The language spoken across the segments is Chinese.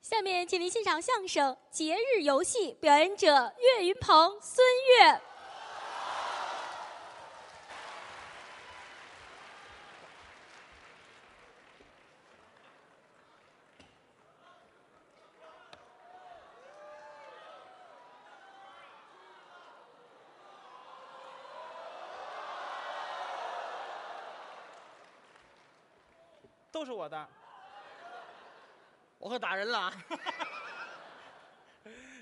下面，请您欣赏相声《节日游戏》，表演者岳云鹏、孙越。都是我的。我可打人了啊！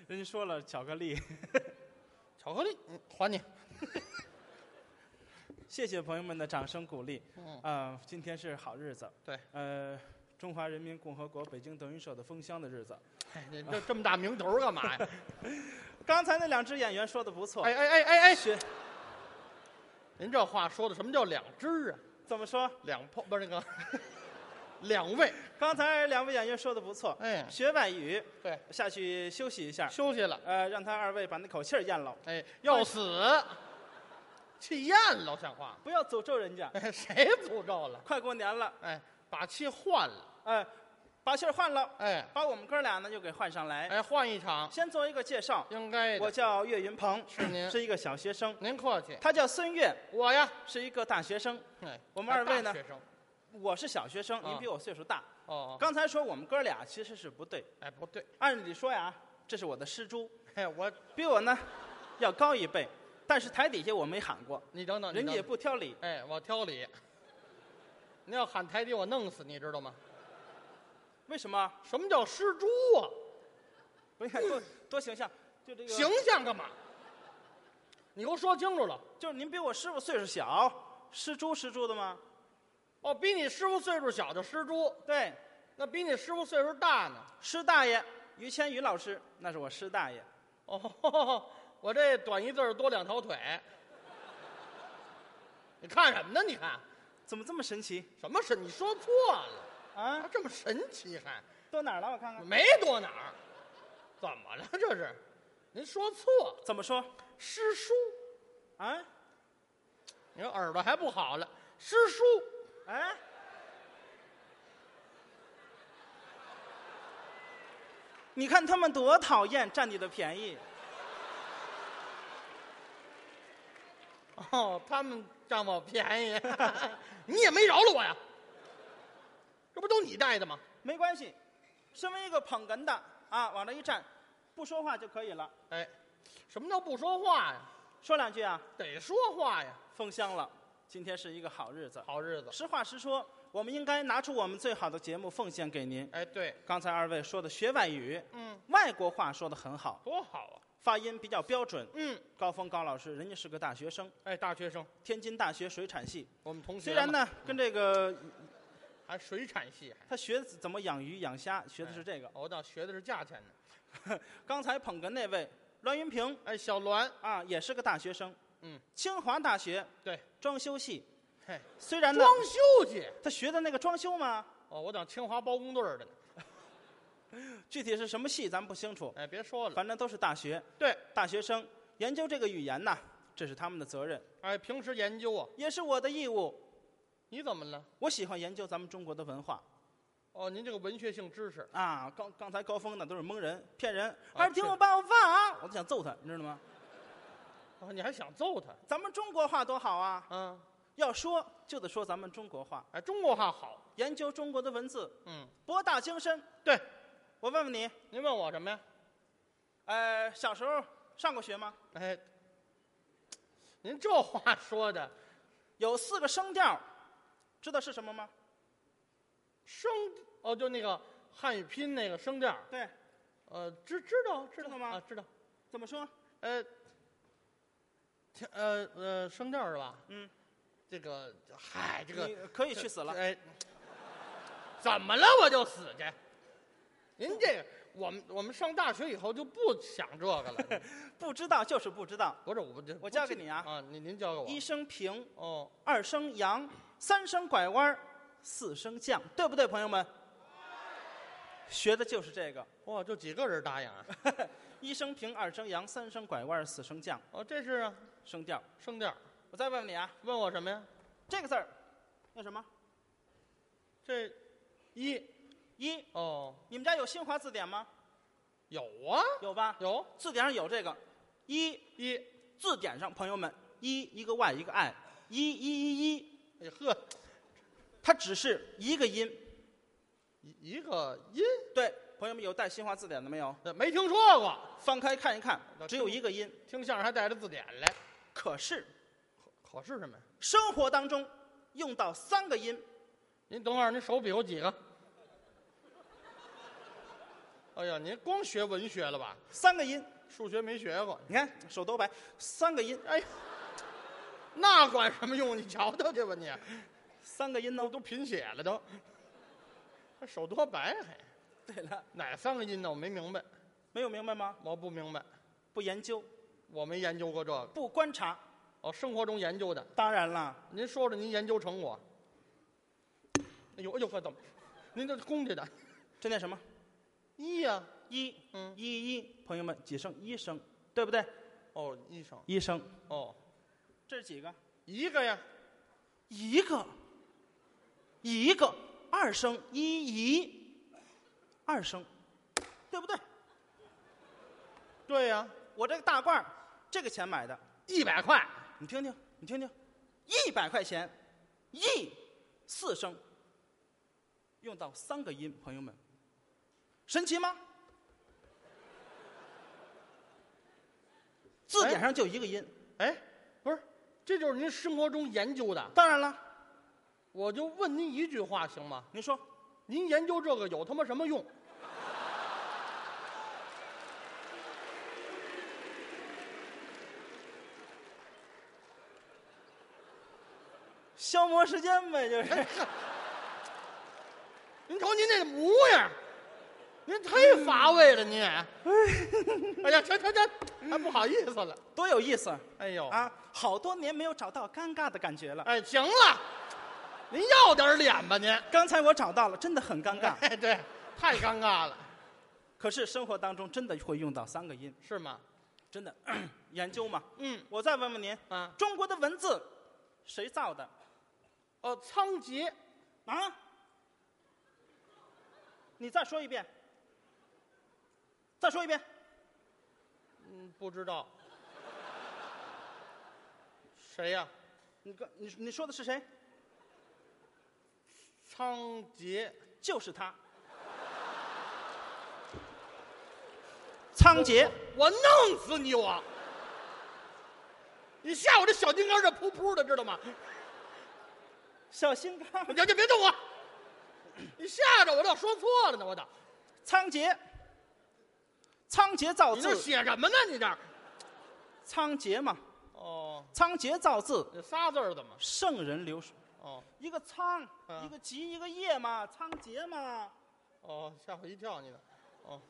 人家说了，巧克力， 巧克力，嗯，还你。谢谢朋友们的掌声鼓励。嗯，嗯，今天是好日子。对。呃，中华人民共和国北京德云社的封箱的日子。哎，你这这么大名头干嘛 呀？刚才那两只演员说的不错。哎哎哎哎哎，学您这话说的什么叫两只啊？怎么说？两炮不是那个 两位？刚才两位演员说的不错。哎，学外语，对，下去休息一下。休息了。呃，让他二位把那口气儿咽了，哎，要死，气咽了，像话吗？不要诅咒人家。哎，谁诅咒了？快过年了，哎，把气换了。呃，把信儿换了，哎把我们哥俩呢又给换上来。哎，换一场先做一个介绍，应该我的。叫岳云鹏，是您是一个小学生，您客气，他叫孙越，我呀，是一个大学生。哎，我们二位呢还大学生我是小学生，啊您比我岁数大。哦，哦刚才说我们哥俩其实是不对，哎，不对，按理说呀，这是我的师叔，哎，我比我呢要高一辈，但是台底下我没喊过，你等嗯等，你人家等也等不挑理。哎，我挑理。你要喊台底，我弄死你，知道吗？为什么？什么叫失猪啊？不 看多多形象，就这个形，象干嘛？你给我说清楚了。就是您比我师傅岁数小，师猪师猪的吗？哦，比你师傅岁数小的师猪，对，那比你师傅岁数大呢。师大爷于谦于老师，那是我师大爷。哦， 我这短一字儿多两条腿。你看什么呢？你看怎么这么神奇什么神？你说错了，还啊？这么神奇还？到哪儿了？我看看，没多哪儿，怎么了这是？您说错了，怎么说师叔。啊？你说耳朵还不好了，师叔，哎，你看他们多讨厌，占你的便宜。哦，他们占我便宜， 你也没饶了我呀，这不都你带的吗？没关系，身为一个捧哏的啊，往那一站，不说话就可以了。哎，什么叫不说话呀？说两句啊，得说话呀，封箱了，今天是一个好日子。好日子。实话实说，我们应该拿出我们最好的节目奉献给您。哎，对，刚才二位说的学外语，嗯，外国话说的很好，多好啊，发音比较标准。嗯，高峰高老师，人家是个大学生，哎，大学生，天津大学水产系。我们同学虽然嘛呢，跟这个还水产系，还他学怎么养鱼养虾，学的是这个。我倒学的是价钱呢。刚才捧哏那位栾云平哎，小栾，啊，也是个大学生，嗯，清华大学对，装修系。嘿，虽然呢，装修去。他学的那个装修嘛，哦，我当清华包工队儿的呢。具体是什么系咱不清楚，哎，别说了，反正都是大学对，大学生研究这个语言呐，这是他们的责任，哎，平时研究啊，也是我的义务。你怎么了？我喜欢研究咱们中国的文化哦，您这个文学性知识，啊。刚刚才高峰呢都是蒙人骗人，啊二听是我把我忘啊，我都想揍他，你知道吗？哦，你还想揍他？咱们中国话多好啊，嗯，要说就得说咱们中国话，哎，中国话好，研究中国的文字，嗯，博大精深。对，我问问你，您问我什么呀？呃，小时候上过学吗？哎，您这话说的有四个声调，知道是什么吗？声哦，就那个汉语拼音那个声调儿，对，呃，知知道知知道道吗啊，知道。怎么说？呃，听呃呃声调儿是吧？嗯，这个嗨，这你个可以去死了。哎，怎么了我就死去？您这个，我们我们上大学以后就不想这个 了。不知道就是不知道。不是我这，我教给你啊啊，您您教给我一声平，哦，二声扬，三声拐弯儿，四声降，对不对，朋友们？学的就是这个。哇，就几个人答应啊？一声平，二声扬，三声拐弯儿，四声降，哦，这是啊，声调。声调儿。我再问问你啊，问我什么呀？这个字儿，那什么？这一一，哦，你们家有新华字典吗？有啊，有吧？有字典上有这个。一，一，字典上，朋友们，一一个 y 一个 i，一一一一，哎呵，它只是一个音。一一个音对，朋友们有带新华字典的没有？呃没听说过，翻开看一看那，只有一个音。听相声还带着字典来，可是可是什么呀？生活当中用到三个音，您等会儿，您手比划几个？哎呀，您光学文学了吧？三个音，数学没学过，你看手都白，三个音，哎呀，那管什么用？你瞧瞧去吧你，三个音呢都？都贫血了都，还手多白还对了，哪三个音呢？我没明白，没有明白吗？我不明白，不研究，我没研究过这个。不观察，哦，生活中研究的，当然了。您说说您研究成果。哎呦哎呦，可怎么？您这公家的这念什么？医呀、一，嗯一一，朋友们，几声一声，对不对？哦，医生，一声，哦，这是几个？一个呀，一个，一个，二声一一，二声，对不对？对呀、我这个大褂儿，这个钱买的，一百块，你听听，你听听，一百块钱，一四声，用到三个音，朋友们，神奇吗？字典上就一个音，哎，不是，这就是您生活中研究的。当然了，我就问您一句话行吗？您说您研究这个有他妈什么用？消磨时间呗，就是哎，呵您瞅您那模样，您忒乏味了，您。哎呀，行行行，还不好意思了。多有意思哎呦，啊！好多年没有找到尴尬的感觉了，哎，行了，您要点脸吧您。刚才我找到了，真的很尴尬。哎， 对，太尴尬了，可是生活当中真的会用到三个音，是吗？真的 研究嘛。嗯我再问问您，啊，中国的文字谁造的？哦，仓颉，啊？你再说一遍，再说一遍，嗯，不知道。谁呀、你个你你说的是谁？仓颉。就是他，仓颉。我弄死你我！你吓我这小金刚这噗噗的，知道吗？小心肝你儿，别动我！你吓着我，这说错了呢，我操！仓颉。仓颉造你这字，写什么呢？你这儿仓颉嘛，哦，仓颉造字，这仨字儿的嘛。圣人流水，哦一个仓，嗯一个吉，一个叶嘛，仓颉嘛，哦，吓我一跳！你呢？哦，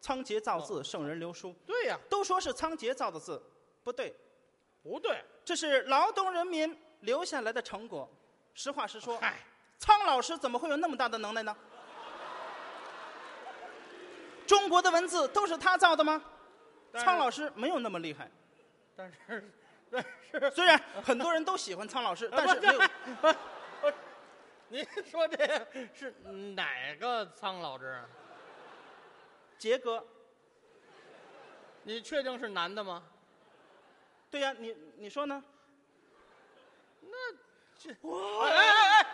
仓颉造字，圣人流书，对呀、都说是仓颉造的字，不对，不对。这是劳动人民留下来的成果。实话实说，嗨，苍老师怎么会有那么大的能耐呢？中国的文字都是他造的吗？但是苍老师没有那么厉害，但是，但是，虽然很多人都喜欢苍老 师，但是没有啊不是不是您说这是哪个苍老师？杰哥。你确定是男的吗？对呀、你你说呢？哎哎哎！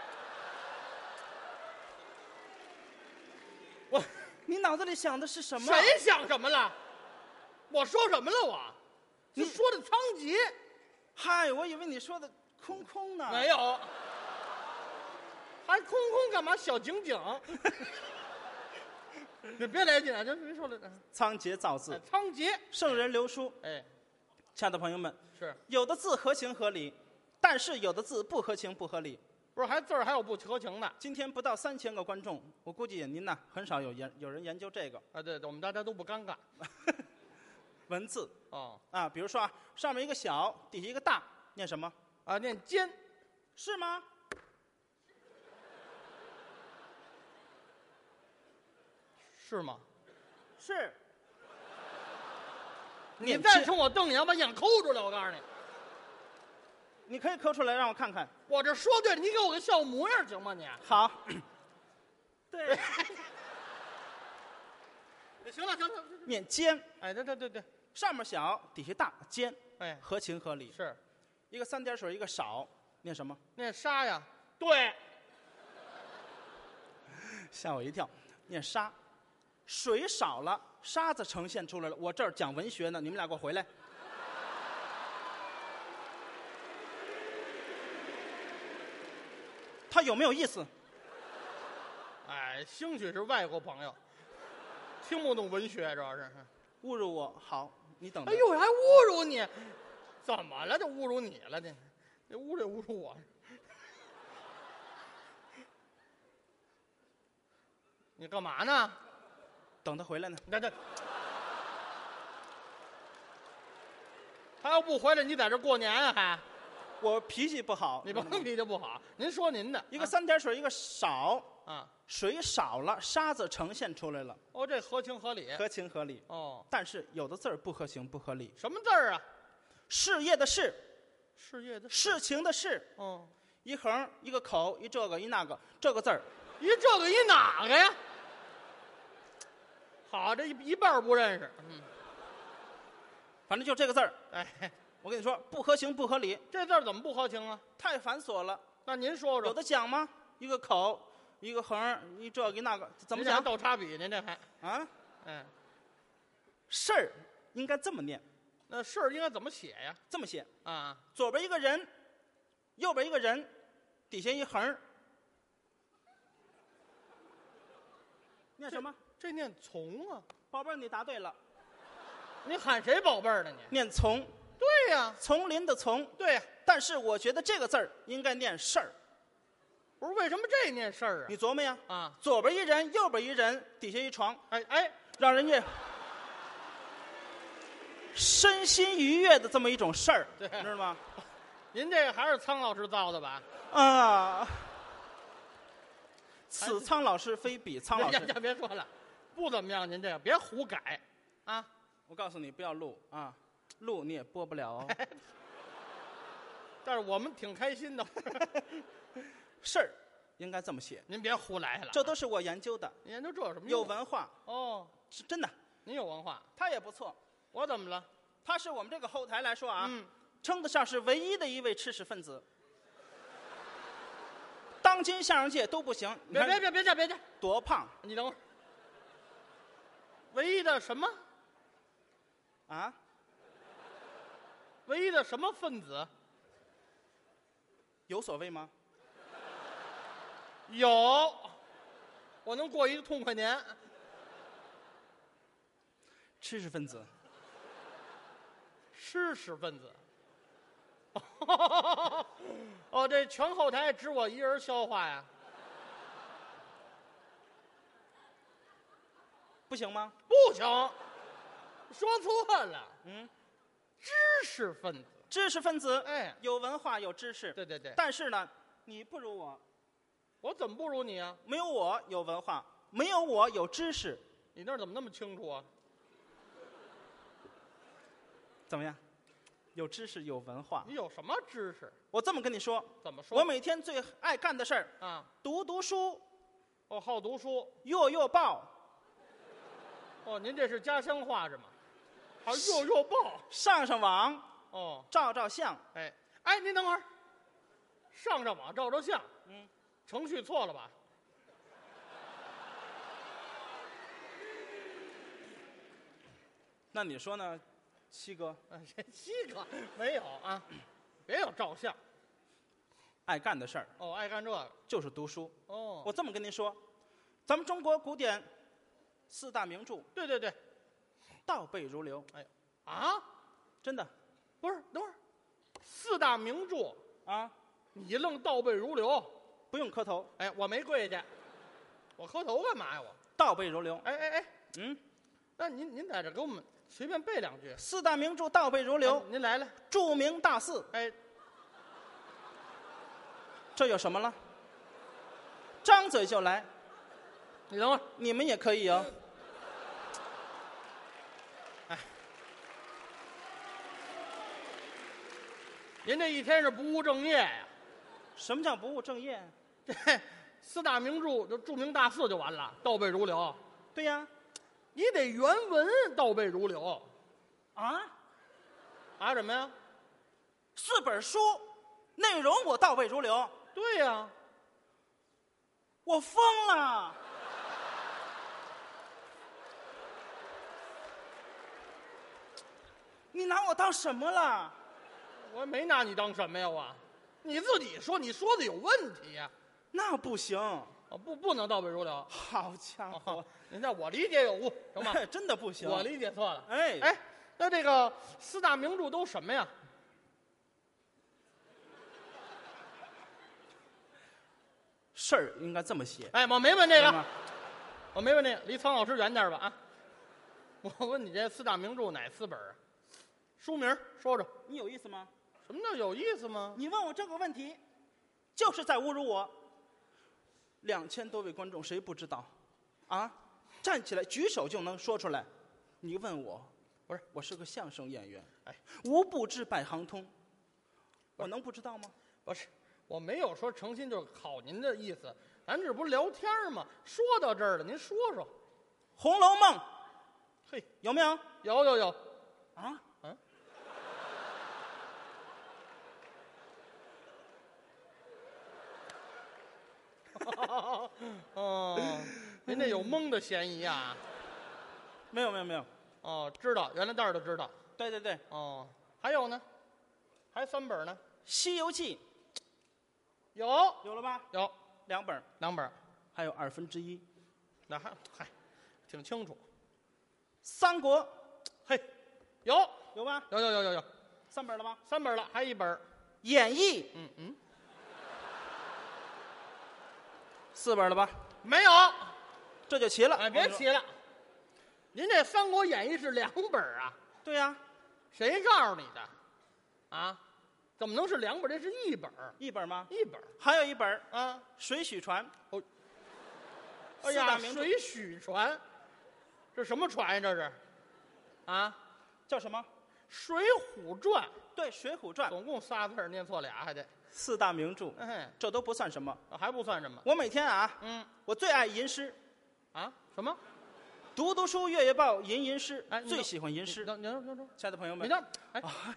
我你脑子里想的是什么？谁想什么了？我说什么了我？你你说的仓颉嗨，我以为你说的空空呢。没有？还空空干嘛？小景景，你别来劲啊！就别说了，仓颉造哎字，仓颉，圣人留书。哎，亲爱的朋友们，是有的字合情合理，但是有的字不合情不合理。不是还字儿还有不合情的今天不到三千个观众，我估计您呐很少有研有人研究这个啊？对，我们大家都不尴尬文字哦啊。比如说啊，上面一个小，底下一个大，念什么？啊，念尖是吗？是吗？是。你念再尖冲我瞪眼，把眼抠出来！我告诉你，你可以抠出来让我看看。我这说对了，你给我个笑模样行吗？你好。对。行了，行了，行了 念尖，哎，对对对对，上面小，底下大，尖，哎，合情合理。是一个三点水，一个少，念什么？那沙呀，对，吓我一跳，念沙，水少了，沙子呈现出来了。我这儿讲文学呢，你们俩给我回来。 他有没有意思？哎，兴许是外国朋友，听不懂文学主要是。侮辱我？好，你等着。哎呦，还侮辱你，怎么了？就侮辱你了？这，这侮辱侮辱我。 你干嘛呢？等他回来呢。那这，他要不回来，你在这过年啊还？我脾气不好，你甭脾气不好，您说您的一个三点水，一个少，啊，水少了，沙子呈现出来了，哦，这合情合理合情合理。哦。但是有的字儿不合情不合理，什么字儿啊？事业的事，事业的事。事情的事，哦，一横一个口，一这个一那个，这个字儿一这个一哪个呀？好，这一一半儿不认识。嗯，反正就这个字儿，哎，我跟你说不合情不合理，这字儿怎么不合情啊？太繁琐了。那您说说，有的讲吗？一个口，一个横，一这个一那个，怎么您这还讲倒插笔？您这还，啊？嗯，事儿应该这么念，那事儿应该怎么写呀？这么写：啊，左边一个人，右边一个人，底下一横。念什么？这念从啊？宝贝儿，你答对了，你喊谁宝贝儿呢？你？念丛，对呀、丛林的丛。对呀、但是我觉得这个字儿应该念事儿，不是为什么这念事儿你琢磨呀。啊？啊，左边一人，右边一人，底下一床，哎哎，让人家身心愉悦的这么一种事儿，对你知道吗？您这还是苍老师造的吧？啊，此苍老师非彼苍老 呀师，呀，别说了，不怎么样，您这个别胡改啊！我告诉你不要录啊，录你也播不了哦。但是我们挺开心的，事儿应该这么写，您别胡来了。这都是我研究的，您研究这有什么有用啊？文化，哦，是真的，您有文化，他也不错，我怎么了？他是我们这个后台来说啊，嗯，称得上是唯一的一位吃屎分子。当今相声界都不行，你别看别别别去别去，多胖你等会儿。唯一的什么？啊！唯一的什么分子？有所谓吗？有，我能过一个痛快年。知识分子，知识分子。 哦，这全后台只我一人消化呀？不行吗？不行，说错了，嗯，知识分子。知识分子，哎，有文化，有知识，对对对，但是呢，你不如我，我怎么不如你啊？没有我有文化，没有我有知识，你那儿怎么那么清楚啊？怎么样？有知识有文化，你有什么知识？我这么跟你说，怎么说？我每天最爱干的事儿，啊，读读书，哦，好读书。阅阅报，哦，您这是家乡话是吗？还又又报？上上网，哦，照照相，哎哎，您等会儿，上上网照照相，嗯，程序错了吧？那你说呢，七哥？啊，这七个没有啊，别有照相爱干的事儿哦，爱干这个就是读书。哦，我这么跟您说，咱们中国古典四大名著对对对倒背如流，啊，真的不是，等会儿，四大名著啊，你愣倒背如流，不用磕头，哎，我没跪下，我磕头干嘛呀我？倒背如流。哎哎哎，嗯，那您您在这给我们随便背两句，四大名著倒背如流哎，您来了，著名大四，哎，这有什么了？张嘴就来，你等会儿，你们也可以哦。您这一天是不务正业呀、什么叫不务正业？这四大名著就著名大四就完了，倒背如流，对呀，你得原文倒背如流啊，啊？什么呀？四本书内容我倒背如流，对呀、我疯了。你拿我当什么了？我没拿你当什么呀？我，你自己说，你说的有问题呀、那不行，啊！不，不能倒背如流。好家伙，人家我理解有误，哦行吗？ 真的不哎行。我理解错了。哎哎，那这个四大名著都什么呀？事儿应该这么写。哎，我没问这明白个吗，我没问这个，离苍老师远点吧啊！ 我问你这四大名著哪四本啊？书名说说，你有意思吗？什么叫有意思吗？你问我这个问题，就是在侮辱我。两千多位观众，谁不知道？啊，站起来举手就能说出来。你问我，不是我是个相声演员，哎，无不知百行通，我能不知道吗？不是，我没有说诚心就是考您的意思，咱这不是聊天吗？说到这儿了，您说说， 《红楼梦》嘿，有没有？有有有，啊？嗯 哦，您这有嗯蒙的嫌疑啊！没有没有没有。哦，知道，原来大儿都知道。对对对，《哦，还有呢，还三本呢，西游记有》有了吧？有两本儿，两本，还有二分之一。《那还嗨，挺清楚。三国》嘿，有有吧？有有有有有三本了吧？三本了，还一本， 《演义》嗯嗯，四本了吧？没有，这就齐了。哎，别我跟你说。提了。您这《三国演义》是两本啊？对呀、谁告诉你的？啊？怎么能是两本？这是一本，一本吗？哦一本还有一本儿啊！ 《水浒传》。哎四大呀，《名著水浒传》，这什么传呀？这是？啊，叫什么？ 《水浒传对，《水浒传》总共仨字儿，念错俩还得。四大名著，哎，这都不算什么。还不算什么。我每天啊，嗯我最爱吟诗，啊，什么？读读书，阅阅报，吟吟诗哎，你最等喜欢吟诗。等等等等，亲爱的朋友们，你等，哎，哎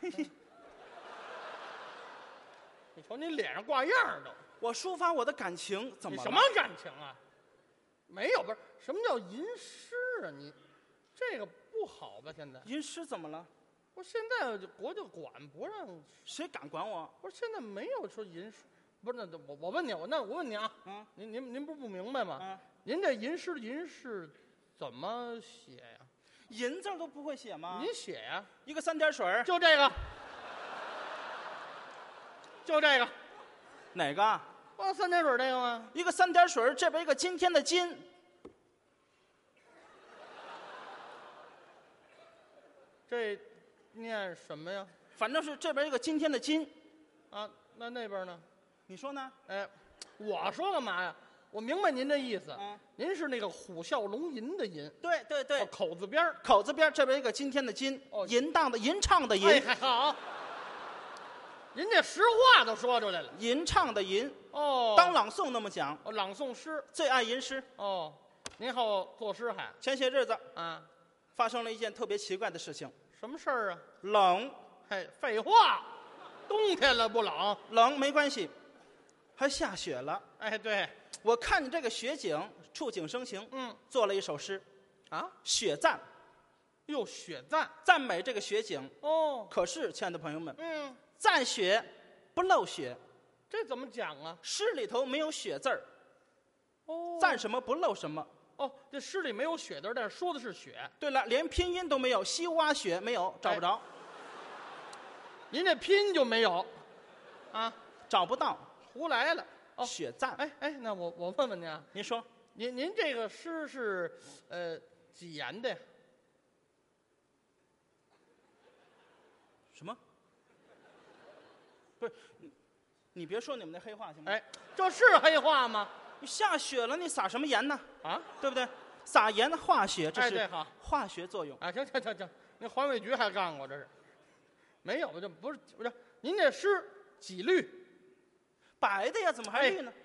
你瞅你脸上挂样儿都，我抒发我的感情，怎你么什了么感情啊？没有，不是什么叫吟诗啊？你这个不好吧？现在吟诗怎么了？不是现在就国就管不让，谁敢管我？不是现在没有说吟诗，不是那我我问你，我那我问你啊，嗯您您您不是不明白吗？啊，您这吟诗的吟是怎么写呀、银字儿都不会写吗？您写呀、一个三点水儿，就这个，就这个，哪个？哦，三点水这个吗？一个三点水儿，这边一个今天的今，这念什么呀？反正是这边一个今天的今。啊，那那边呢？你说呢？哎，我说干嘛呀？我明白您的意思，嗯您是那个虎啸龙吟的吟，对对对哦，口字边儿。口字边儿这边一个今天的今哦，吟荡的吟唱的哎，吟，还好，人家实话都说出来了。吟唱的吟，哦，当朗诵那么讲，哦朗诵诗。最爱吟诗。哦，您好作诗还前些日子啊？发生了一件特别奇怪的事情，什么事儿啊？冷嘿，废话，冬天了不冷？冷没关系，还下雪了。哎，对，我看你这个雪景，触景生情，嗯做了一首诗《啊，雪赞哟，雪赞》，赞美这个雪景。哦，可是，亲爱的朋友们，嗯，赞雪不漏雪，这怎么讲啊？诗里头没有雪字儿，哦赞什么不漏什么。哦，这诗里没有雪字儿，但是说的是雪。对了，连拼音都没有，西瓜雪没有，找不哎着，您这拼就没有，啊，找不到。胡来了。哦，雪赞，哎哎，那我我问问您啊，您说您您这个诗是，呃，几言的呀？什么？不是，你你别说你们那黑话行吗？哎，这是黑话吗？你下雪了，你撒什么盐呢？啊，对不对？撒盐化雪，这哎对是好化学作用。啊，行行行行，那环卫局还干过这是，没有这不是不是，您这诗几律？白的呀，怎么还绿呢？哎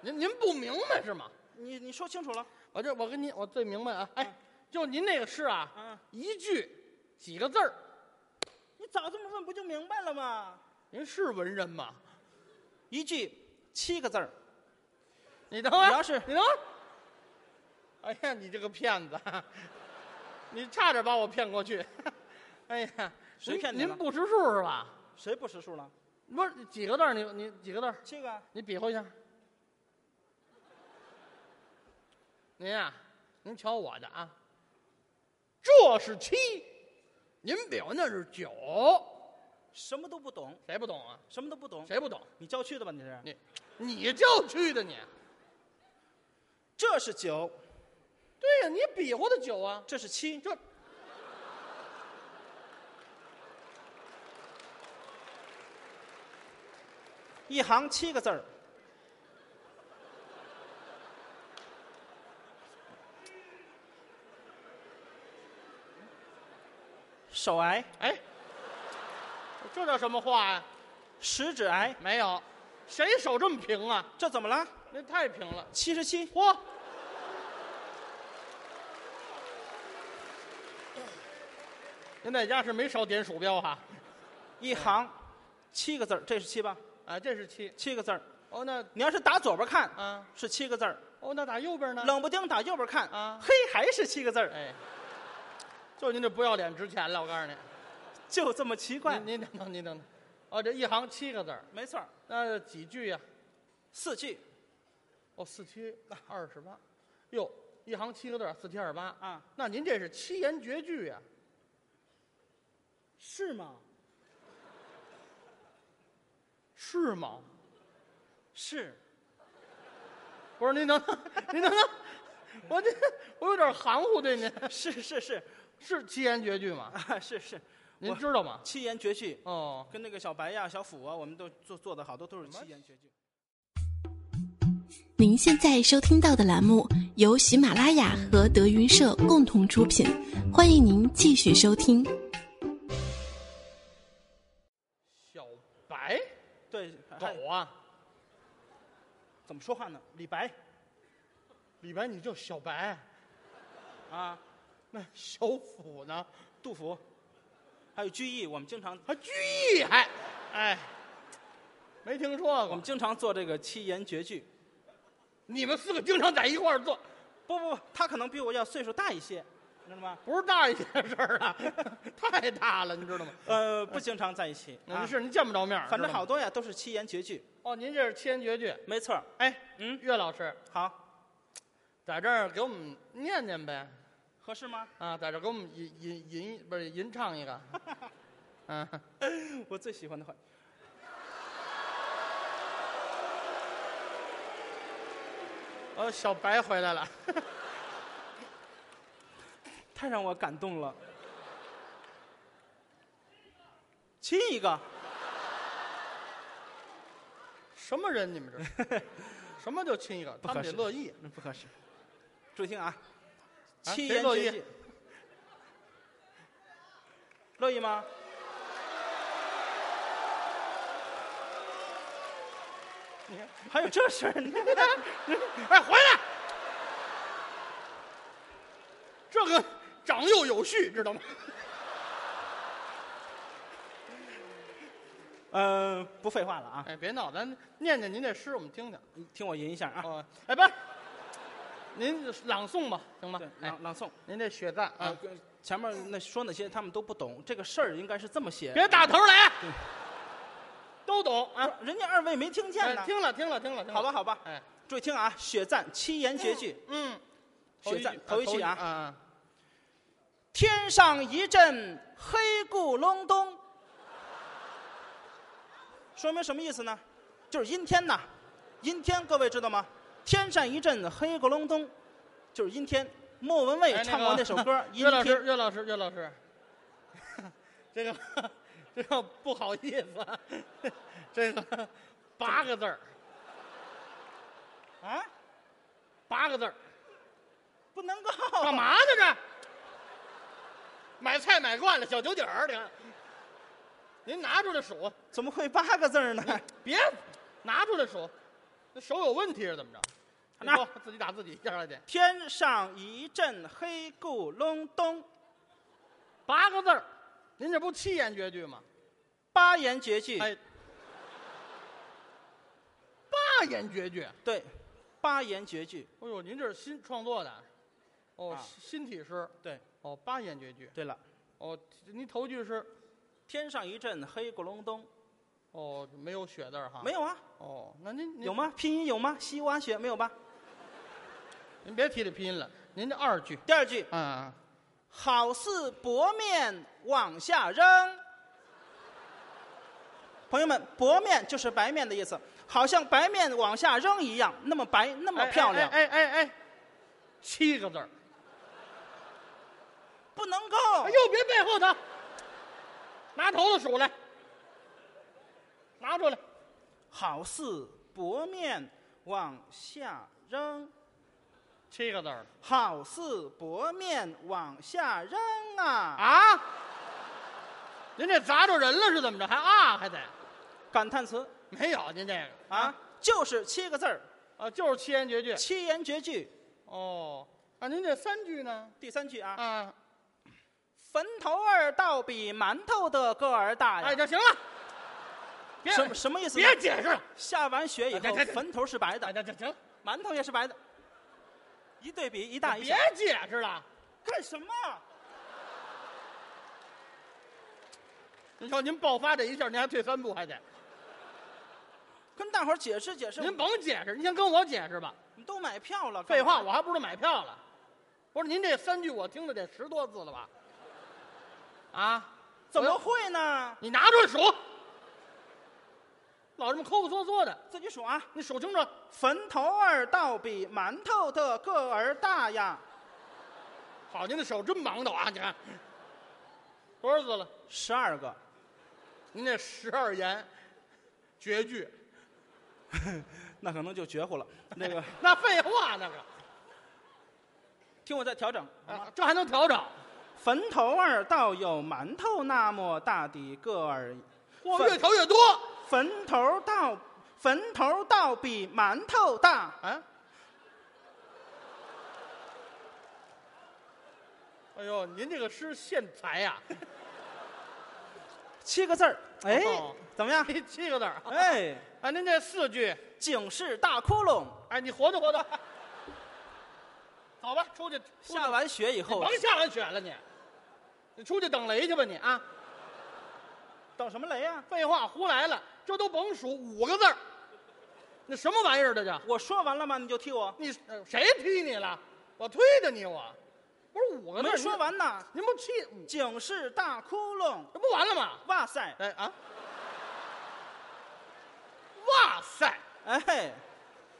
您您不明白是吗？你你说清楚了。我这我跟您我最明白啊，哎嗯，就您那个诗啊，啊，一句几个字儿，你早这么问不就明白了吗？您是文人吗？一句七个字儿，你等会儿，你要是你等会儿，哎呀，你这个骗子，啊你差点把我骗过去。 哎呀，谁您骗你您了不识数是吧？谁不识数了？不是几个字儿？你你几个字儿？七个啊，你比划一下。您呀、您瞧我的啊，这是七，您比划那是九，什么都不懂，谁不懂啊？什么都不懂。谁不懂？你叫去的吧？你是？你你就去的你，这是九，对呀、你比划的九啊，这是七，这一行七个字儿。手癌、哎，这叫什么话呀、食指癌，没有，谁手这么平啊？这怎么了？那太平了。七十七，嚯，您在家是没少点鼠标哈、啊？一行七个字儿，这是七吧？啊这是七。七个字儿。哦，那你要是打左边看，啊，是七个字儿；哦，那打右边呢？冷不丁打右边看，啊嘿，还是七个字儿，哎，就您这不要脸值钱了，我告诉你。就这么奇怪。您您等等，您等等。哦，这一行七个字儿，没错儿，那几句呀、四句哦，四七二十八。哟，一行七个字儿，四七二十八。啊，那您这是七言绝句呀、是吗？是吗？是，不是您等等，您等等，我这我有点含糊对您，是是是是七言绝句吗？啊，是是，您我知道吗？七言绝句，哦，跟那个小白呀、小虎啊，我们都做做的好多都是什么七言绝句。您现在收听到的栏目由喜马拉雅和德云社共同出品，欢迎您继续收听。小白对，还狗啊，怎么说话呢？李白李白你叫小白，啊，那小虎呢？杜甫，还有居易，我们经常还居易还，哎，没听说我们过。经常做这个七言绝句。你们四个经常在一块儿做，不不不，他可能比我要岁数大一些，你知道吗？不是大一些事儿啊， 太大了，你知道吗？呃，不经常在一起，您啊、是您见不着面儿，反正知道好吗多呀，都是七言绝句。哦，您这是七言绝句。没错儿，哎，嗯，岳老师好，在这儿给我们念念呗。合适吗？啊，在这儿给我们吟吟吟，不是吟唱一个。嗯，我最喜欢的话。哦，小白回来了。太让我感动了。亲一个，什么人？你们这是什么就亲一个？他合们得适乐意。嗯不合适。注意听啊，啊七谁言乐绝意句。乐意吗？你看，还有这事儿呢？哎，回来！这个长幼有序，知道吗？呃，不废话了啊，哎，别闹，咱念念您这诗，我们听听。你听我吟一下啊。哦，哎，不是，您朗诵吧，行吧对，？哎朗，朗诵您这血赞啊啊，，跟前面那说那些他们都不懂，这个事儿应该是这么写。别打头来对， 都懂啊。人家二位没听见呢嗯哎，。听了，听了，听了，听好了吧，，好吧，哎，注意听啊，血赞七言绝句，嗯，血赞头头一一句句啊，啊，天上一阵黑咕隆咚，说明什么意思呢？就是阴天呐，阴天各位知道吗？天上一阵黑咕隆咚，就是阴天。莫文蔚哎唱过那首歌《阴岳老天师，》，岳老师，岳老师， 这个这个不好意思啊，这个八个字儿，啊，八个字儿，不能够干嘛呢这？买菜买惯了，小九底儿，你看，您拿出来数，怎嗯么会八个字儿呢？别拿出来数，那手有问题是怎么着？那自己打自己，下来点天上一阵黑咕隆咚，八个字儿，您这不七言绝句吗？八言绝句。哎，八言绝句。哎对，八言绝句。呦，您这是新创作的，哦，啊新体诗，对，哦，八言绝句，对了，哦，您头句是，天上一阵黑咕隆咚，哦，没有雪字儿哈，没，有啊？哦，那您您有？吗？拼音有吗？西瓜雪没有吧？您别提这拼音了，您这二句，第二句，啊，好似薄面往下扔。朋友们，薄面就是白面的意思，好像白面往下扔一样，那么白，那这么漂亮，哎哎哎哎，七个字儿，不能够。哎呦，别背后头，拿头子数来，拿出来，好似薄面往下扔，七个字儿好似薄面往下扔啊！啊，您这砸着人了是怎么着？还啊还得感叹词没有您这个啊，就是七个字儿，啊，就是七言绝句。七言绝句。哦，啊，您这三句呢？第三句啊，啊，坟头儿倒比馒头的个儿大哎，呀。就行了，别什么什么意思呢？别解释了，下完雪以哎后哎哎，坟头是白哎，的，就就行了，馒头也是白的，一对比一大一别小。解释了。干什么？您瞧，您爆发这一下，您还退三步还得，跟大伙儿解释解释。您甭解释，您先跟我解释吧。你都买票了，废话，我还不是买票了。不是您这三句，我听了得十多次了吧？啊，怎么会呢？你拿出来数，老这么抠抠缩缩的，自己数啊。你数清楚。坟头儿倒比馒头的个儿大呀，好，您的手真忙叨啊！你看多少次了？十二个。您这十二言绝句，那可能就绝户了。那 个，哎那废话那个，听我再调整。啊这还能调整？坟头儿倒有馒头那么大的个儿，我分越调越多坟头倒坟头倒比馒头大。啊！哎呦，您这个诗现裁呀、七个字儿，哎哦，怎么样？ 这七个字儿。哎，啊，您这四句，警示大窟窿，哎，你活动活动。走吧，出去。出去下完雪以你后哎甭下完雪了，你，你出去等雷去吧，你啊！等什么雷啊？废话，胡来了，这都甭数五个字儿，那什么玩意儿这叫？我说完了吗？你就踢我？你呃谁踢你了？我推的你我，不是五个字儿没说，完呢。您您不气五，警示大窟窿，这不完了吗？哇塞，哎啊！哇塞，哎嘿，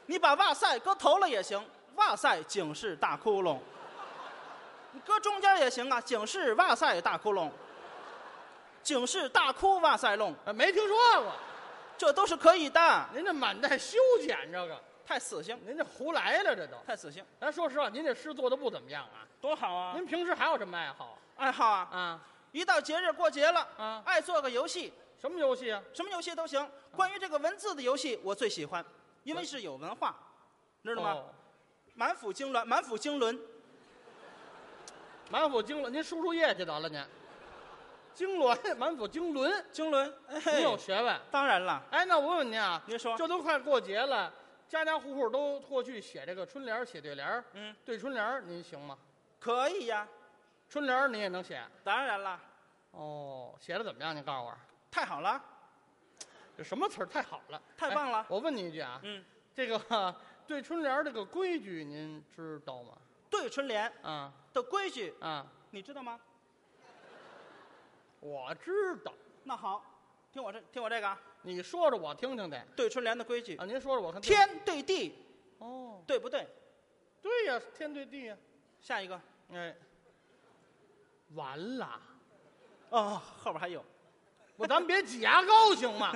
你把哇塞搁头了也行，哇塞，警示大窟窿。你搁中间也行啊，警示哇塞大窟窿，警示大窟哇塞窿，啊没听说过，这都是可以的。您这满带修剪这个，太死性，您这胡来了这都。太死性，咱说实话，您这诗做的不怎么样啊。多好啊您平时还有什么爱好爱好啊，啊？一到节日过节了，啊爱做个游戏，什么游戏啊？什么游戏都行。关于这个文字的游戏，我最喜欢，因为是有文化，知道吗？哦满腹经纶，满腹经纶，满腹经纶，您输输液去得了您。经纶，满腹经纶，经纶。哎您有嘿，学问。当然了，哎，那我问问您啊，您说这都快过节了，家家户户都过去写这个春联儿、写对联儿嗯，对春联儿您行吗？可以呀，春联儿您也能写？当然了，哦，写的怎么样？您告诉我，太好了，这什么词儿太好了，太棒了哎我问你一句啊，嗯，这个 哈对春联儿这个规矩您知道吗？对春联啊的规矩啊，你知道吗？我知道，那好，听我这，听我这个啊，你说说我听听得。对春联的规矩啊，，您说说我看。天对地，哦，对不对？对呀、天对地呀、下一个，哎，完了，哦，后边还有，我咱别挤牙膏行吗？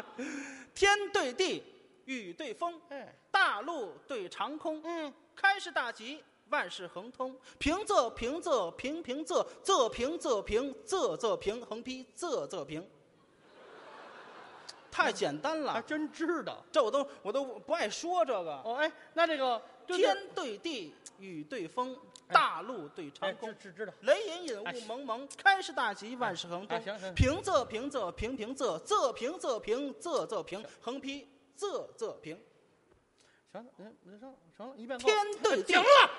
天对地，雨对风， 哎，大陆对长空，嗯，开市大吉，万事亨通。平仄平仄平平仄，仄平仄平仄仄平，横批仄仄平。太简单还了，哎啊真知道。这我都我都不爱说这个。哦，哎，那这个就天是对地，雨对风，哎大陆对哎长空知。知知道，雷隐隐，哎雾蒙蒙，开市大吉，万事亨哎通行行。平仄平仄平平仄，仄平仄平仄仄平，横批仄仄平。行了，嗯成了成了，一遍够了天对地行，了，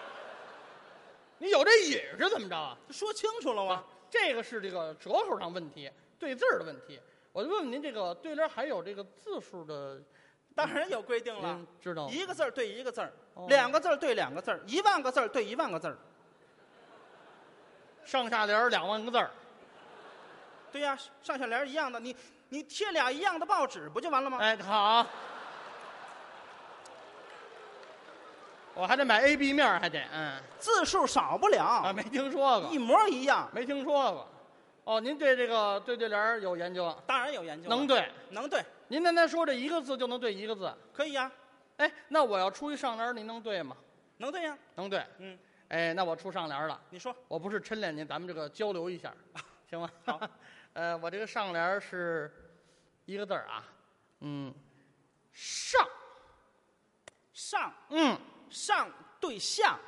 你有这瘾是怎么着啊？说清楚了吗？这个是这个折口上问题，对字儿的问题。我就问问您，这个对联还有这个字数的，当然有规定了您，知道吗？一个字儿对一个字儿嗯哦，两个字儿对两个字儿，一万个字儿对一万个字儿。上下联儿两万个字儿，对呀，上下联儿一样的，你你贴俩一样的报纸不就完了吗？哎，好，我还得买 A、B 面儿，还得嗯字数少不啊，了，没听说过一，模一样。没听说过。哦，您对这个对对联儿有研究啊？当然有研究了，能对。能对，您刚才说这一个字就能对一个字，可以呀，哎，那我要出一上联儿，您能对吗？能对呀。能对。嗯，哎，那我出上联儿了。你说我不是抻脸您，咱们这个交流 一下，行吗？ 好，呃，我这个上联儿是一个字儿啊，嗯，上，上嗯，上对下，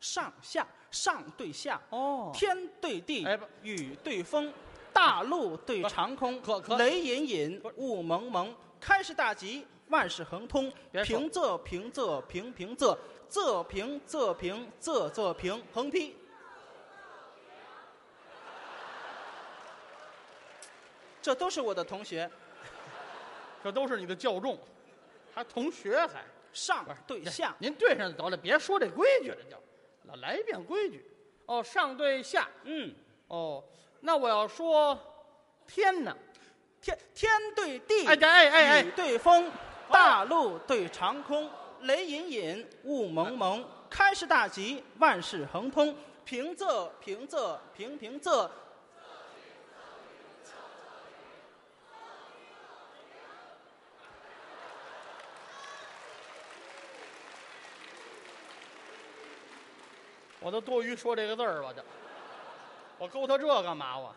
上下上对下，哦，天对地哎不，雨对风，大陆对长空，可可雷隐隐不是，雾蒙蒙，开市大吉，万事亨通。别说平仄平仄平平仄，仄平仄平仄仄平，横批。这都是我的同学，这都是你的教众，还同学还上不是对下，您对上就得了，别说这规矩了，就老来一遍规矩。哦，上对下，嗯，哦，那我要说天呢，天天对地，哎哎哎哎雨对风，大陆对长空，雷隐隐，雾蒙蒙，开市大吉，万事亨通，平仄平仄平平仄。我都多余说这个字儿，我就我勾搭这干嘛我？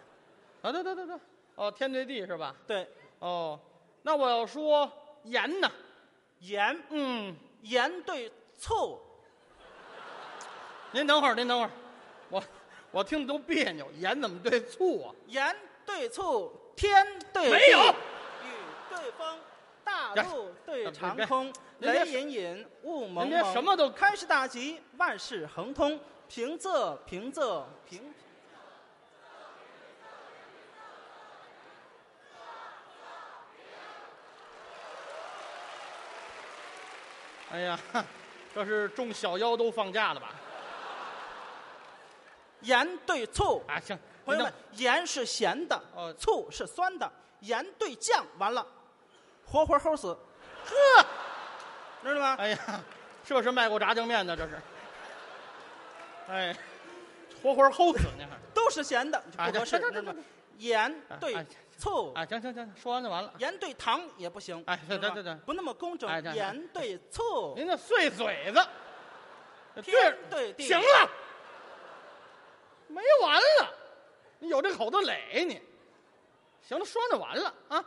啊，对对对对，哦，天对地是吧？对，哦，那我要说盐呢？盐嗯，盐对醋，您等会儿，您等会儿，我我听着都别扭，盐怎么对醋啊？盐对醋，天对地没有雨对风，大陆对长空，别别雷隐隐，雾蒙您这蒙，什么都开市大吉，万事亨通，平仄平仄平。哎呀，哈这是众小妖都放假了吧？盐对醋，啊，行，朋友您们，盐是咸的，哦醋是酸的，盐对酱，完了，活活齁死，等呵，知道吗？哎呀，这是卖过炸酱面的，这是，哎，活活齁死啊你看。都是咸的，啊不合适，这这这知道吗？盐啊对醋，啊，行行行，说完就完了。盐对糖也不行，哎对知道吗对对对不那么工整哎对，对哎盐对醋， 您这碎嘴子，天对地，行，了，没完了，你有这口子垒你。行了，说完就完了啊。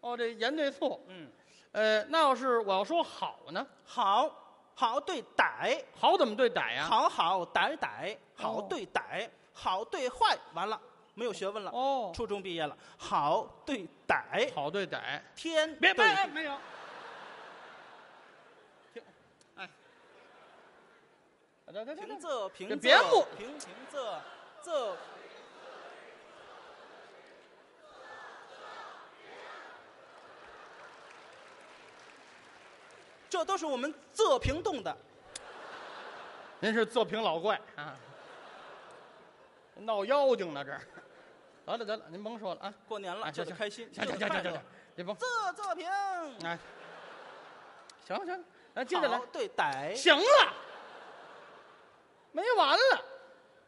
哦，这盐对醋，嗯，呃，那要是我要说好呢，好好对歹，好怎么对歹呀？，好好歹歹，好啊哦对歹，好对坏，完了没有学问了，哦，初中毕业了，好对歹，好对歹，天别别对哎 没有。停，哎，等等平等，仄平仄别木平平仄仄这都是我们仄平动的，您是仄平老怪啊，闹妖精呢这儿。得了得了，您甭说了啊。过年了哎就行得开心，行就行得行快行乐行，您甭仄仄平，哎，行了行了，咱接着来好。对歹，行了，没完了，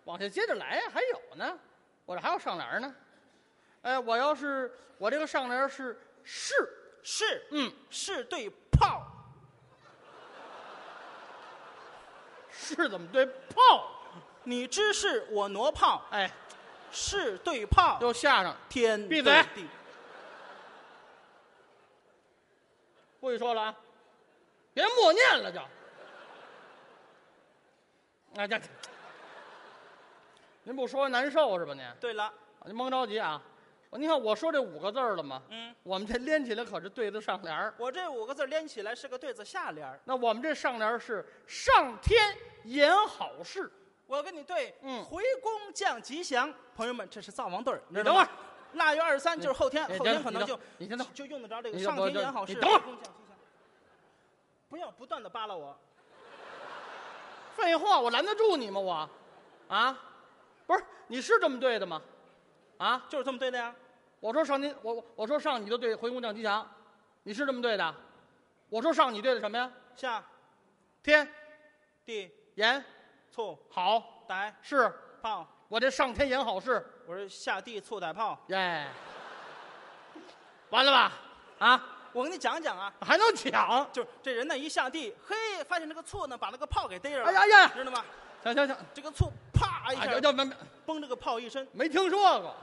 往下接着来呀，还有呢，我这还有上联呢。哎，我要是我这个上联是是，是嗯，是对炮，是怎么对炮？你知是我挪炮，哎，是对炮，又下上，天闭对嘴地，不许说了啊，别默念了就，那这，您不说难受是吧？您对了，您甭着急啊，您看我说这五个字儿了吗？嗯，我们这连起来可是对得上联儿。我这五个字连起来是个对子下联儿那我们这上联儿是上天言好事。我跟你对，嗯回宫降吉祥。朋友们，这是灶王对儿。你知道等会儿吗，腊月二十三就是后天你，后天等可能就你等你先等就用得着这个你上等天言好事。你等会儿回宫降吉祥不要不断的扒拉我，废话，我拦得住你吗？我，啊，不是，你是这么对的吗？啊，就是这么对的呀。我说上您，我我我说上你就对回宫降吉祥，你是这么对的。我说上你对的什么呀？下天地言醋好逮事，炮，我这上天言好事，我说下地醋逮炮。耶， 完了吧？啊，我跟你讲讲啊，还能抢？就是这人呢一下地，嘿，发现这个醋呢把那个炮给逮着了，哎呀呀，知道吗？行行行，这个醋啪一哎，就下就没没崩这个炮一身，没听说过。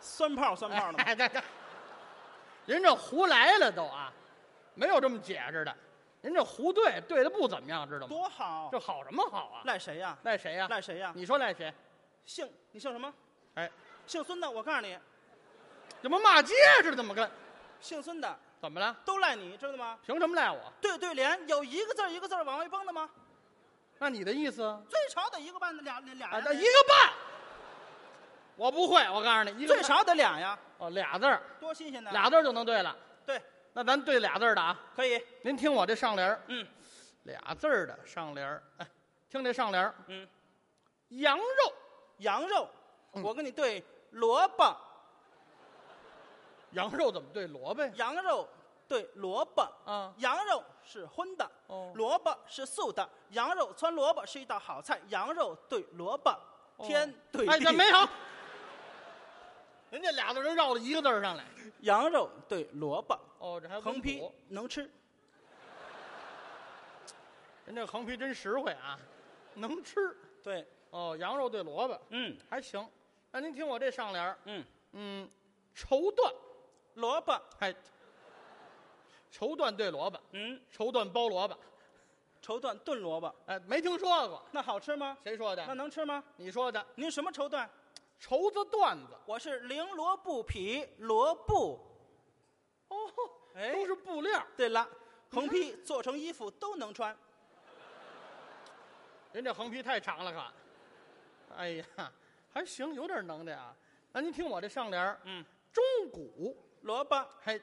酸炮酸炮的嘛。哎，这这，您这胡来了都啊，没有这么解释的。您这胡对对的不怎么样，知道吗？多好这，好什么好啊？赖谁呀？赖谁呀、赖谁呀？你说赖谁？姓你姓什么？哎，姓孙的，我告诉你，怎么骂街似的？怎么跟？姓孙的怎么了？都赖你，知道吗？凭什么赖我？对对联有一个字儿一个字儿往外崩的吗？那你的意思啊？最少得一个半的俩俩俩呀啊，一个半，我不会。我告诉你，一个最半少得俩呀，哦，俩字儿，多新鲜的！俩字儿就能对了。对，那咱对俩字儿的啊。可以，您听我这上联儿，嗯俩字儿的上联儿，哎，听这上联儿，嗯，羊肉，羊肉，嗯我跟你对萝卜，羊肉怎么对萝卜呀？羊肉对萝卜，啊，羊肉是荤的，哦，萝卜是素的，羊肉穿萝卜是一道好菜，羊肉对萝卜，哦天对哎，地，这没有， 人家俩字儿都绕到一个字儿上来。羊肉对萝卜，哦，这还横温批补能吃，人这横批真实惠啊，能吃。对，哦，羊肉对萝卜嗯还行。那您听我这上联儿，嗯，嗯，绸缎，萝卜，哎，绸缎对萝卜，嗯，绸缎包萝卜，绸缎炖萝卜，哎，没听说过，那好吃吗？谁说那的？能吃吗？你说的，您什么绸缎？绸子缎子，我是绫罗布匹，罗布。哦，哎都是布料儿。对了，横批做成衣服都能穿。人这横批太长了，看，哎呀，还行，有点能耐啊。那您听我这上联儿，嗯，钟鼓，萝卜还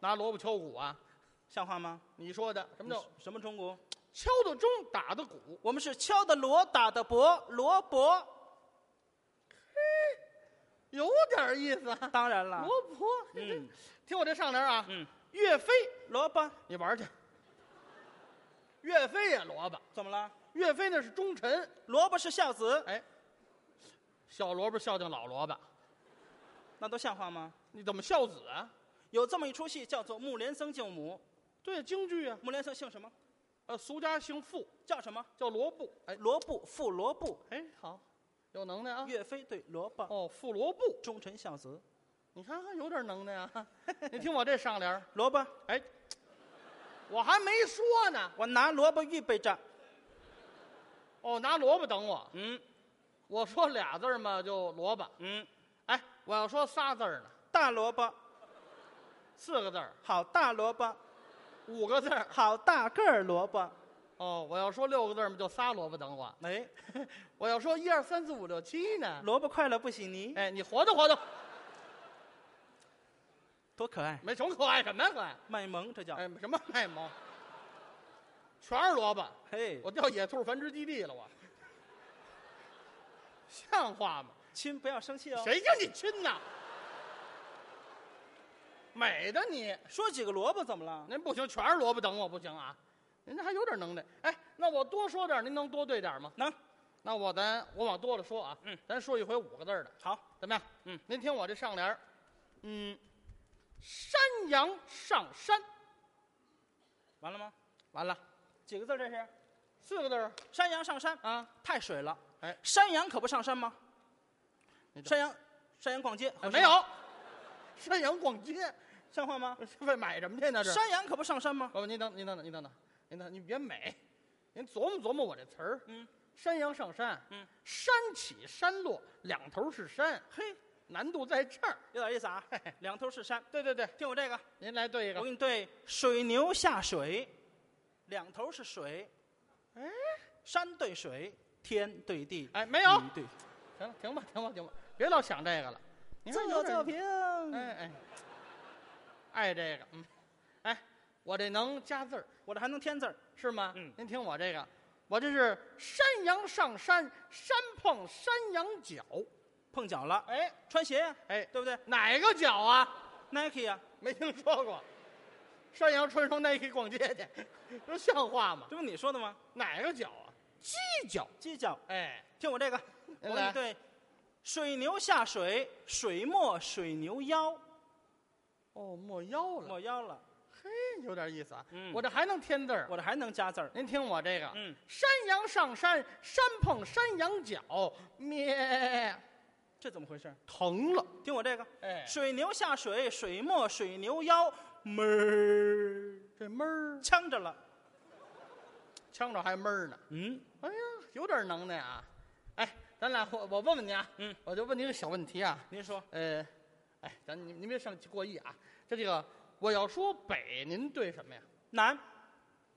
拿萝卜敲鼓啊？像话吗？你说的什么叫什么中国？敲的钟，打的鼓？我们是敲的锣，打的钹，罗卜。有点意思啊。当然了，萝卜，嗯听我这上联儿啊，嗯，岳飞，萝卜你玩儿去。岳飞也萝卜，怎么了？岳飞那是忠臣，萝卜是孝子，哎，小萝卜孝敬老萝卜，那都像话吗？你怎么孝子啊？有这么一出戏叫做《木莲僧敬母对，京剧啊》，，木莲僧姓什么？呃，俗家姓傅，叫什么？叫罗布，哎罗布，傅罗布。哎，好，有能耐啊。岳飞对萝卜，哦，傅罗布，忠臣孝子。你看看有点能耐 啊。你听我这上联儿，萝卜，哎，我还没说呢。我拿萝卜预备着。哦，拿萝卜等我。嗯我说俩字儿嘛，就萝卜。嗯，哎，我要说仨字儿呢，大萝卜，四个字儿，好大萝卜，五个字儿。好大个儿萝卜。哦，我要说六个字儿嘛，就仨萝卜等我。哎，我要说一二三四五六七呢。萝卜快乐不洗泥，哎，你活动活动，多可爱！没什么可爱什么呀可爱？卖萌这叫。哎，什么卖萌？全是萝卜。嘿，我掉野兔繁殖基地了，我像话吗？亲，不要生气哦。谁叫你亲呐？美的你，说几个萝卜怎么了？您不行，全是萝卜等我不行啊！您这还有点能耐。哎，那我多说点儿，您能多对点儿吗？能，那我咱我往多了说啊，嗯，咱说一回五个字儿的，好，怎么样？嗯，您听我这上联儿，嗯，山羊上山，完了吗？完了，几个字这是？四个字儿山羊上山啊，太水了。哎山羊可不上山吗？你这山羊，山羊逛街哎合适没吗有，山羊逛街，像话吗？为买什么去呢？这是山羊可不上山吗？不不，您等，您等等，您等等，您等，您别美，您琢磨琢磨我这词儿。嗯，山羊上山，嗯，山起山落，两头是山，嘿，难度在这儿。有点意思啊嘿嘿！两头是山，对对对，听我这个，您来对一我个给你对：水牛下水，两头是水，哎，山对水，天对地，哎，没有地，对，行了，停吧，停吧，停吧，别老想这个了。您看有点平，哎哎，爱这个，嗯，哎，我这能加字儿我这还能添字儿，是吗？嗯您听我这个，我这是山羊上山，山碰山羊角，碰脚了，哎穿鞋呀，哎，对不对哪个角啊？ ？Nike 呀，没听说过。山羊穿双 Nike 逛街去，这像话吗？这不你说的吗？哪个角啊？犄角。犄角，哎，听我这个，我给来你对：水牛下水，水没水牛腰，哦，没腰了，没腰了，嘿，有点意思啊。嗯我这还能添字儿。我这还能加字儿，您听我这个，嗯，山羊上山，山碰山羊角，咩，这怎么回事？疼了。听我这个，哎，水牛下水，水没水牛腰，闷儿，这闷儿，呛着了。呛着还闷儿呢。嗯，哎呀，有点能耐啊。哎，咱俩我我问问你啊，嗯，我就问你个小问题啊，您说呃，哎，咱您您别上去过意啊。这这个我要说北，您对什么呀？南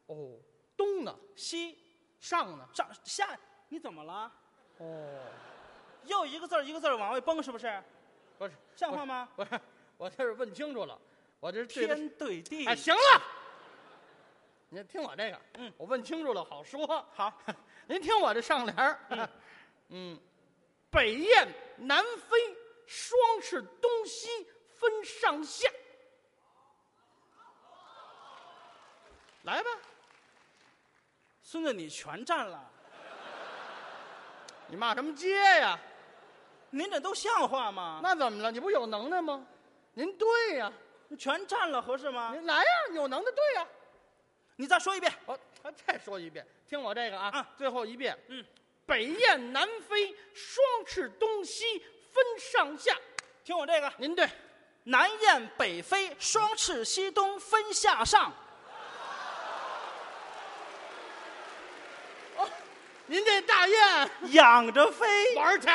哦，东呢，西上呢，上下，你怎么了？哦，又一个字儿一个字儿往外蹦，是不是？不是，像话吗？不是，我这是问清楚了，我这是对的是天对地，哎，行了，您听我这个，嗯，我问清楚了好说。好， 您听我这上联儿， 嗯北雁南飞，双翅东西分上下。来吧，孙子你全占了，你骂什么街呀？您这都像话吗？那怎么了？你不有能耐吗？您对呀，那全占了合适吗？您来呀，你有能耐对呀。你再说一遍，我我再说一遍，听我这个啊，啊最后一遍。嗯，北雁南飞，双翅东西分上下。听我这个：您对，南雁北飞，双翅西东分下上。您这大雁仰着飞，玩儿去，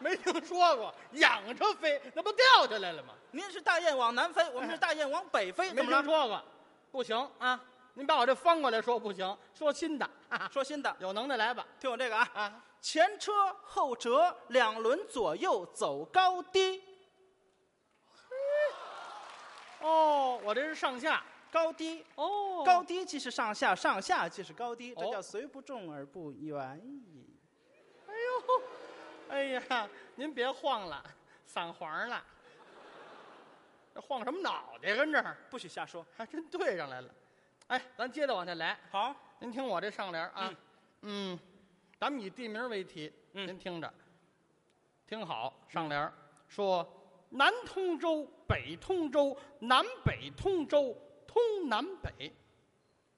没听说过，仰着飞，那不掉下来了吗？您是大雁往南飞，我们是大雁往北飞，哎没怎听么了？说过，不行啊！您把我这翻过来说不行，说新的，说新的，有能耐来吧听我这个啊，啊！前车后辙，两轮左右走高低，哦，我这是上下，高低，哦高低即是上下，上下即是高低，这哦叫虽不中而不远矣。哎呦，哎呀，您别晃了，散黄了，这晃什么脑袋跟这儿？不许瞎说。还真对上来了。哎，咱接着往下来，好，您听我这上联啊，嗯咱们以地名为题，嗯您听着，听好上联儿说南通州、北通州、南北通州、通南北，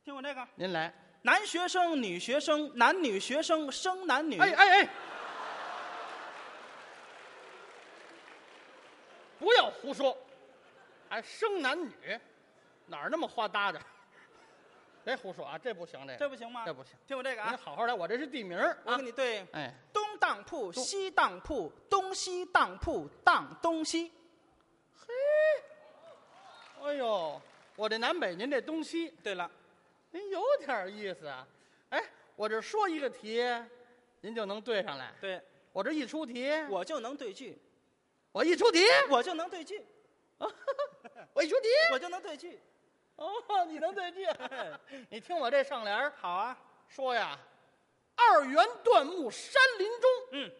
听我这个，您来，男学生、女学生、男女学生生男女，哎哎哎，不要胡说，还生男女，哪儿那么花搭的？ 别胡说啊，这不行，这个这不行吗这？不行，听我这个您啊，好好来，我这是地名儿我啊给，你对哎。东当铺、西当铺、东西当铺、当东西，哎呦，我这南北，您这东西，对了，您有点意思啊！哎，我这说一个题，您就能对上来；对我这一出题，我就能对句，我一出题，我就能对句，我一出题，我就能对句。哦，你能对句。你听我这上联儿好啊，说呀，二元断木山林中，嗯，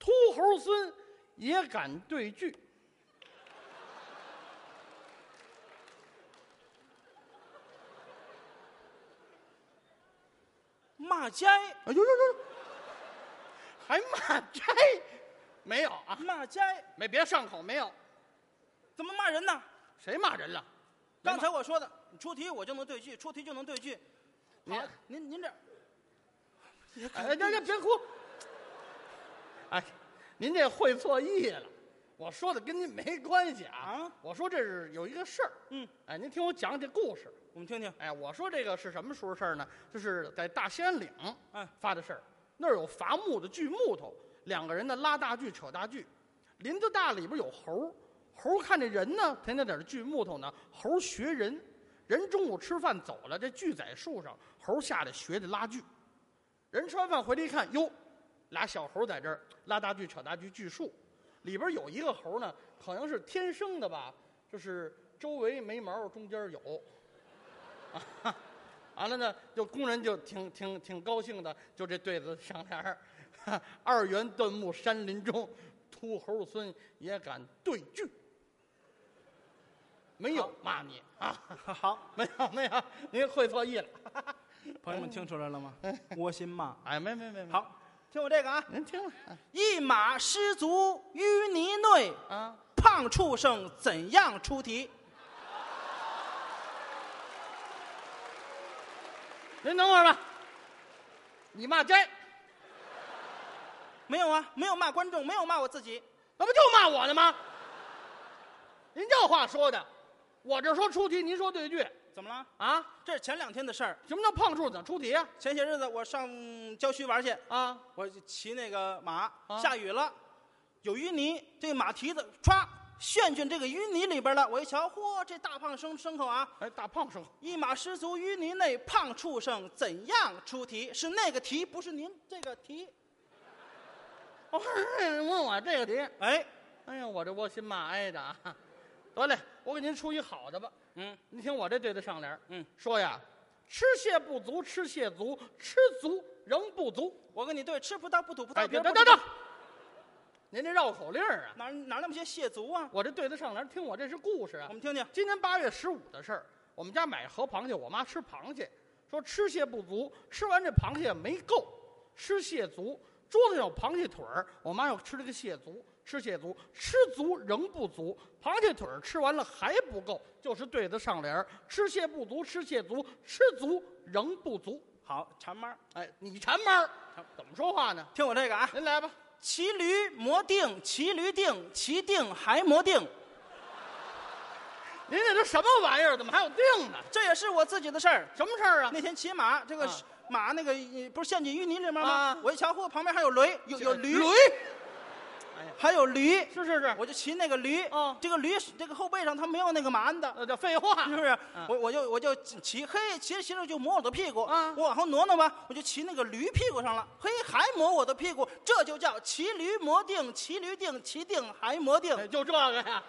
秃猴孙也敢对句。骂街，哎呦呦呦，还骂斋？没有啊，骂街，没别上口，没有，怎么骂人呢？谁骂人了？刚才我说的，你出题我就能对句，出题就能对句。您好，您您这哎，这这别哭！ 哎，您这会错意了，我说的跟您没关系啊。啊我说这是有一个事儿，嗯，哎，您听我讲这故事。我们听听。哎，我说这个是什么时候事儿呢？就是在大兴安岭，嗯，发的事儿。那儿有伐木的锯木头，两个人呢拉大锯扯大锯，林子大里边有猴儿，猴儿看这人呢，天天在这锯木头呢，猴儿学人。人中午吃饭走了，这锯在树上，猴儿下来学的拉锯。人吃完饭回来一看，哟，俩小猴在这儿拉大锯、扯大锯、锯树，里边有一个猴呢，可能是天生的吧，就是周围没毛，中间有。完了呢，就工人就挺挺挺高兴的，就这对子上联儿， 二元断木山林中，秃猴孙也敢对句。没有骂你啊，好， 没有没有，您会错意了。朋友们听出来了吗？窝心嘛。哎，没没没，没，好，听我这个啊，您听了哎一马失足淤泥内，啊，胖畜生怎样出题？您等会儿吧。你骂街，没有啊，没有骂观众，没有骂我自己。那不就骂我呢吗？您这话说的，我这说出题，您说对句怎么了？啊？这是前两天的事儿。什么叫碰触怎么出题啊？前些日子我上郊区玩去，啊，我骑那个马，啊下雨了，有淤泥，这马蹄子歘陷进这个淤泥里边了。我一瞧，嚯，这大胖牲牲口啊，哎，大胖生一马失足淤泥内，胖畜生怎样出题？是那个题，不是您这个题。哦，问我这个题，哎，哎呀，我这窝心骂挨的啊！得嘞，我给您出一好的吧。嗯，您听我这对的上联，嗯，说呀，吃蟹不足，吃蟹足，吃足仍不足。我跟你对，吃葡萄不吐葡萄哎，皮儿等不等吐。等等，您这绕口令儿啊！哪哪那么些蟹足啊？我这对的上联，听我这是故事啊我。们听听。今年八月十五的事儿，我们家买河螃蟹，我妈吃螃蟹，说吃蟹不足，吃完这螃蟹没够，吃蟹足。桌子上有螃蟹腿儿，我妈要吃这个蟹足，吃蟹足，吃足仍不足，螃蟹腿儿吃完了还不够，就是对子上联儿，吃蟹不足，吃蟹足，吃足仍不足。好，馋猫儿，哎，你馋猫儿，怎么说话呢？听我这个啊。您来吧，骑驴磨腚，骑驴腚，骑腚还磨腚，您这都什么玩意儿？怎么还有腚呢？这也是我自己的事儿。什么事儿啊？那天骑马，这个啊是马那个呃不是陷进淤泥里面吗啊？我一瞧，嚯，旁边还有驴，有有驴，驴，还有驴，是是是，我就骑那个驴啊。这个驴是这个后背上它没有那个马鞍的，那叫呃废话，是不是？我我就我就骑，嘿，骑着骑着就磨我的屁股，啊我往后挪挪吧，我就骑那个驴屁股上了，嘿，还磨我的屁股，这就叫骑驴磨腚，骑驴腚，骑腚还磨腚。哎，就这个呀，